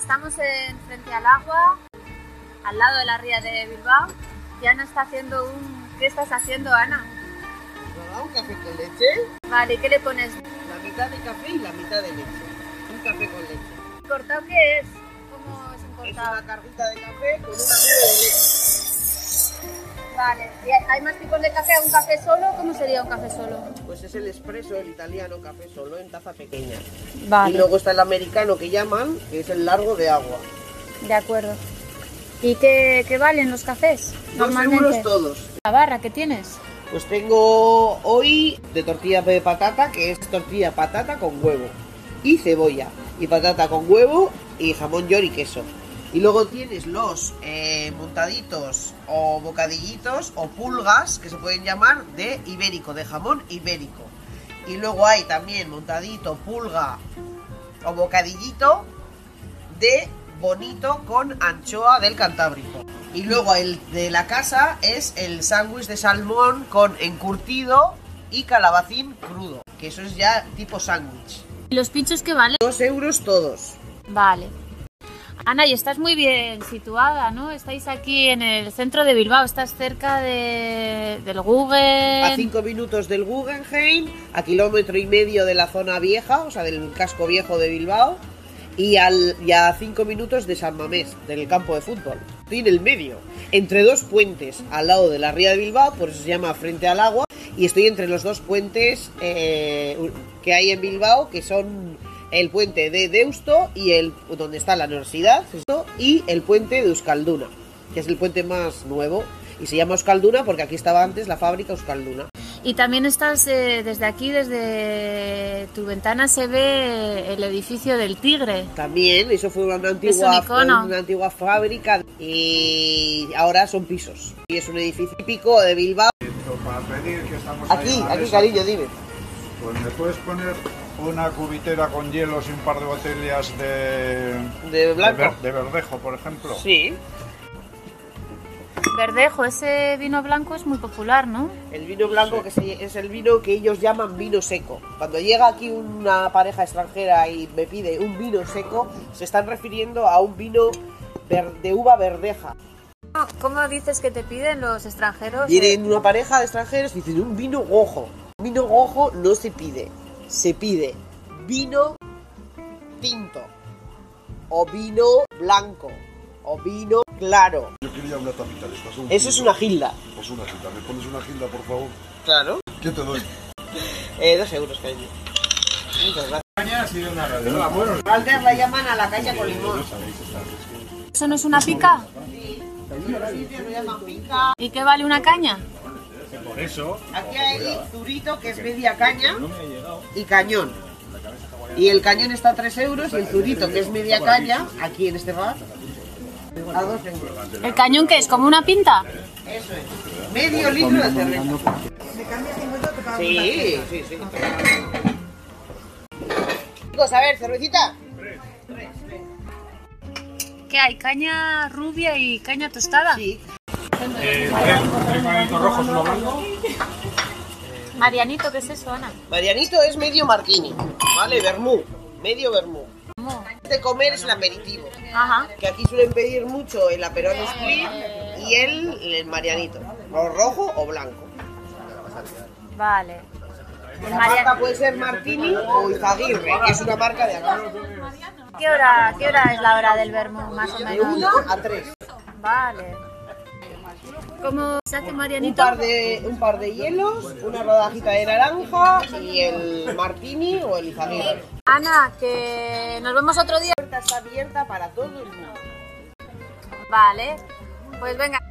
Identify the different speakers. Speaker 1: Estamos en frente al agua, al lado de la ría de Bilbao. Y Ana está haciendo un... ¿Qué estás haciendo, Ana?
Speaker 2: ¿Verdad? Un café con leche,
Speaker 1: Vale, ¿qué le pones?
Speaker 2: la mitad de café y la mitad de leche. Un café con leche.
Speaker 1: ¿Cortado qué es? ¿Cómo es un
Speaker 2: Es
Speaker 1: cortado?
Speaker 2: una carrita de café con una nube de leche.
Speaker 1: Vale. ¿Y hay más tipos de café? ¿Un café solo? ¿Cómo sería un café solo?
Speaker 2: Pues es el espresso, el italiano café solo en taza pequeña. Y
Speaker 1: Vale,
Speaker 2: luego está el americano que llaman, que es el largo de agua.
Speaker 1: de acuerdo. ¿Y qué, qué valen los cafés?
Speaker 2: Dos euros todos.
Speaker 1: La barra que tienes.
Speaker 2: Pues tengo hoy de tortilla de patata, que es tortilla patata con huevo y cebolla. Y patata con huevo y jamón york y queso. Y luego tienes los eh, montaditos o bocadillitos o pulgas, que se pueden llamar de ibérico, de jamón ibérico. Y luego hay también montadito, pulga o bocadillito de bonito con anchoa del Cantábrico. Y luego el de la casa es el sándwich de salmón con encurtido y calabacín crudo, que eso es ya tipo sándwich.
Speaker 1: ¿Y los pinchos qué valen?
Speaker 2: Dos euros todos.
Speaker 1: Vale. Ana, y estás muy bien situada, ¿no? Estáis aquí en el centro de Bilbao, estás cerca de, del
Speaker 2: A
Speaker 1: Google.
Speaker 2: cinco minutos del Guggenheim, a kilómetro y medio de la zona vieja, o sea, del casco viejo de Bilbao, y, al, y a cinco minutos de San Mamés, del campo de fútbol. Estoy en el medio, entre dos puentes, al lado de la ría de Bilbao, por eso se llama Frente al Agua, y estoy entre los dos puentes eh, que hay en Bilbao, que son el puente de Deusto y el donde está la universidad esto, y el puente de Euskalduna, que es el puente más nuevo y se llama Euskalduna porque aquí estaba antes la fábrica Euskalduna.
Speaker 1: Y también estás eh, desde aquí, desde tu ventana se ve el edificio del Tigre.
Speaker 2: También, eso fue una
Speaker 1: un
Speaker 2: antigua,
Speaker 1: icono.
Speaker 2: una antigua fábrica y ahora son pisos. Y es un edificio típico de Bilbao.
Speaker 3: Pero para pedir que estamos ahí
Speaker 2: Aquí,
Speaker 3: en la
Speaker 2: aquí,
Speaker 3: mesa,
Speaker 2: cariño, dime.
Speaker 3: Pues me puedes poner una cubitera con hielos y un par de botellas de.
Speaker 2: De
Speaker 3: de,
Speaker 2: blanco.
Speaker 3: ver- de verdejo, por ejemplo.
Speaker 2: Sí.
Speaker 1: Verdejo, ese vino blanco es muy popular, ¿no?
Speaker 2: El vino blanco
Speaker 3: Sí.
Speaker 2: que se- es el vino que ellos llaman vino seco. Cuando llega aquí una pareja extranjera y me pide un vino seco, se están refiriendo a un vino ver- de uva verdeja.
Speaker 1: ¿Cómo dices que te piden los extranjeros?
Speaker 2: Vienen una pareja de extranjeros y dicen un vino gojo. Vino gojo no se pide, se pide vino tinto o vino blanco o vino claro.
Speaker 4: Yo quería una tapita de estas. un
Speaker 2: Eso es
Speaker 4: kilo.
Speaker 2: una gilda.
Speaker 4: Pues una gilda. ¿Me pones una gilda, por favor?
Speaker 2: Claro.
Speaker 4: ¿Qué te doy?
Speaker 2: Eh, dos euros, cariño. Muchas gracias.
Speaker 3: Ah, bueno,
Speaker 2: Walter la llaman a la calle con limón.
Speaker 1: ¿Eso no es una pica?
Speaker 2: Lo llaman pica.
Speaker 1: ¿Y qué vale una caña?
Speaker 3: por eso.
Speaker 2: Aquí hay zurito que es media caña y cañón. Y el cañón está a 3 euros y el zurito que es media caña, aquí en este bar, a 2 euros.
Speaker 1: ¿El cañón que es? ¿Como una pinta?
Speaker 2: Eso es. Medio litro de cerveza. Sí, sí, sí. Chicos, a ver, cervecita.
Speaker 1: ¿Qué hay? ¿Caña rubia y caña tostada?
Speaker 2: Sí.
Speaker 1: Marianito, ¿qué es eso, Ana?
Speaker 2: Marianito es medio martini, ¿vale? Vermú, medio vermú.
Speaker 1: ¿Cómo?
Speaker 2: De comer es el aperitivo.
Speaker 1: Ajá.
Speaker 2: que aquí suelen pedir mucho el aperol split y el, el marianito, o rojo o blanco.
Speaker 1: Vale. El
Speaker 2: La marca
Speaker 1: Mariano.
Speaker 2: puede ser Martini o Izaguirre, que es una marca de acá.
Speaker 1: ¿Qué hora, ¿Qué hora es la hora del vermú, más o
Speaker 2: De
Speaker 1: menos?
Speaker 2: una a tres.
Speaker 1: Vale. ¿Cómo se hace
Speaker 2: Un
Speaker 1: Marianito?
Speaker 2: par, de, un par de hielos, una rodajita de naranja y el Martini o el Izaguirre.
Speaker 1: Ana, que nos vemos otro día.
Speaker 2: La puerta está abierta para todo el mundo.
Speaker 1: Vale. Pues venga.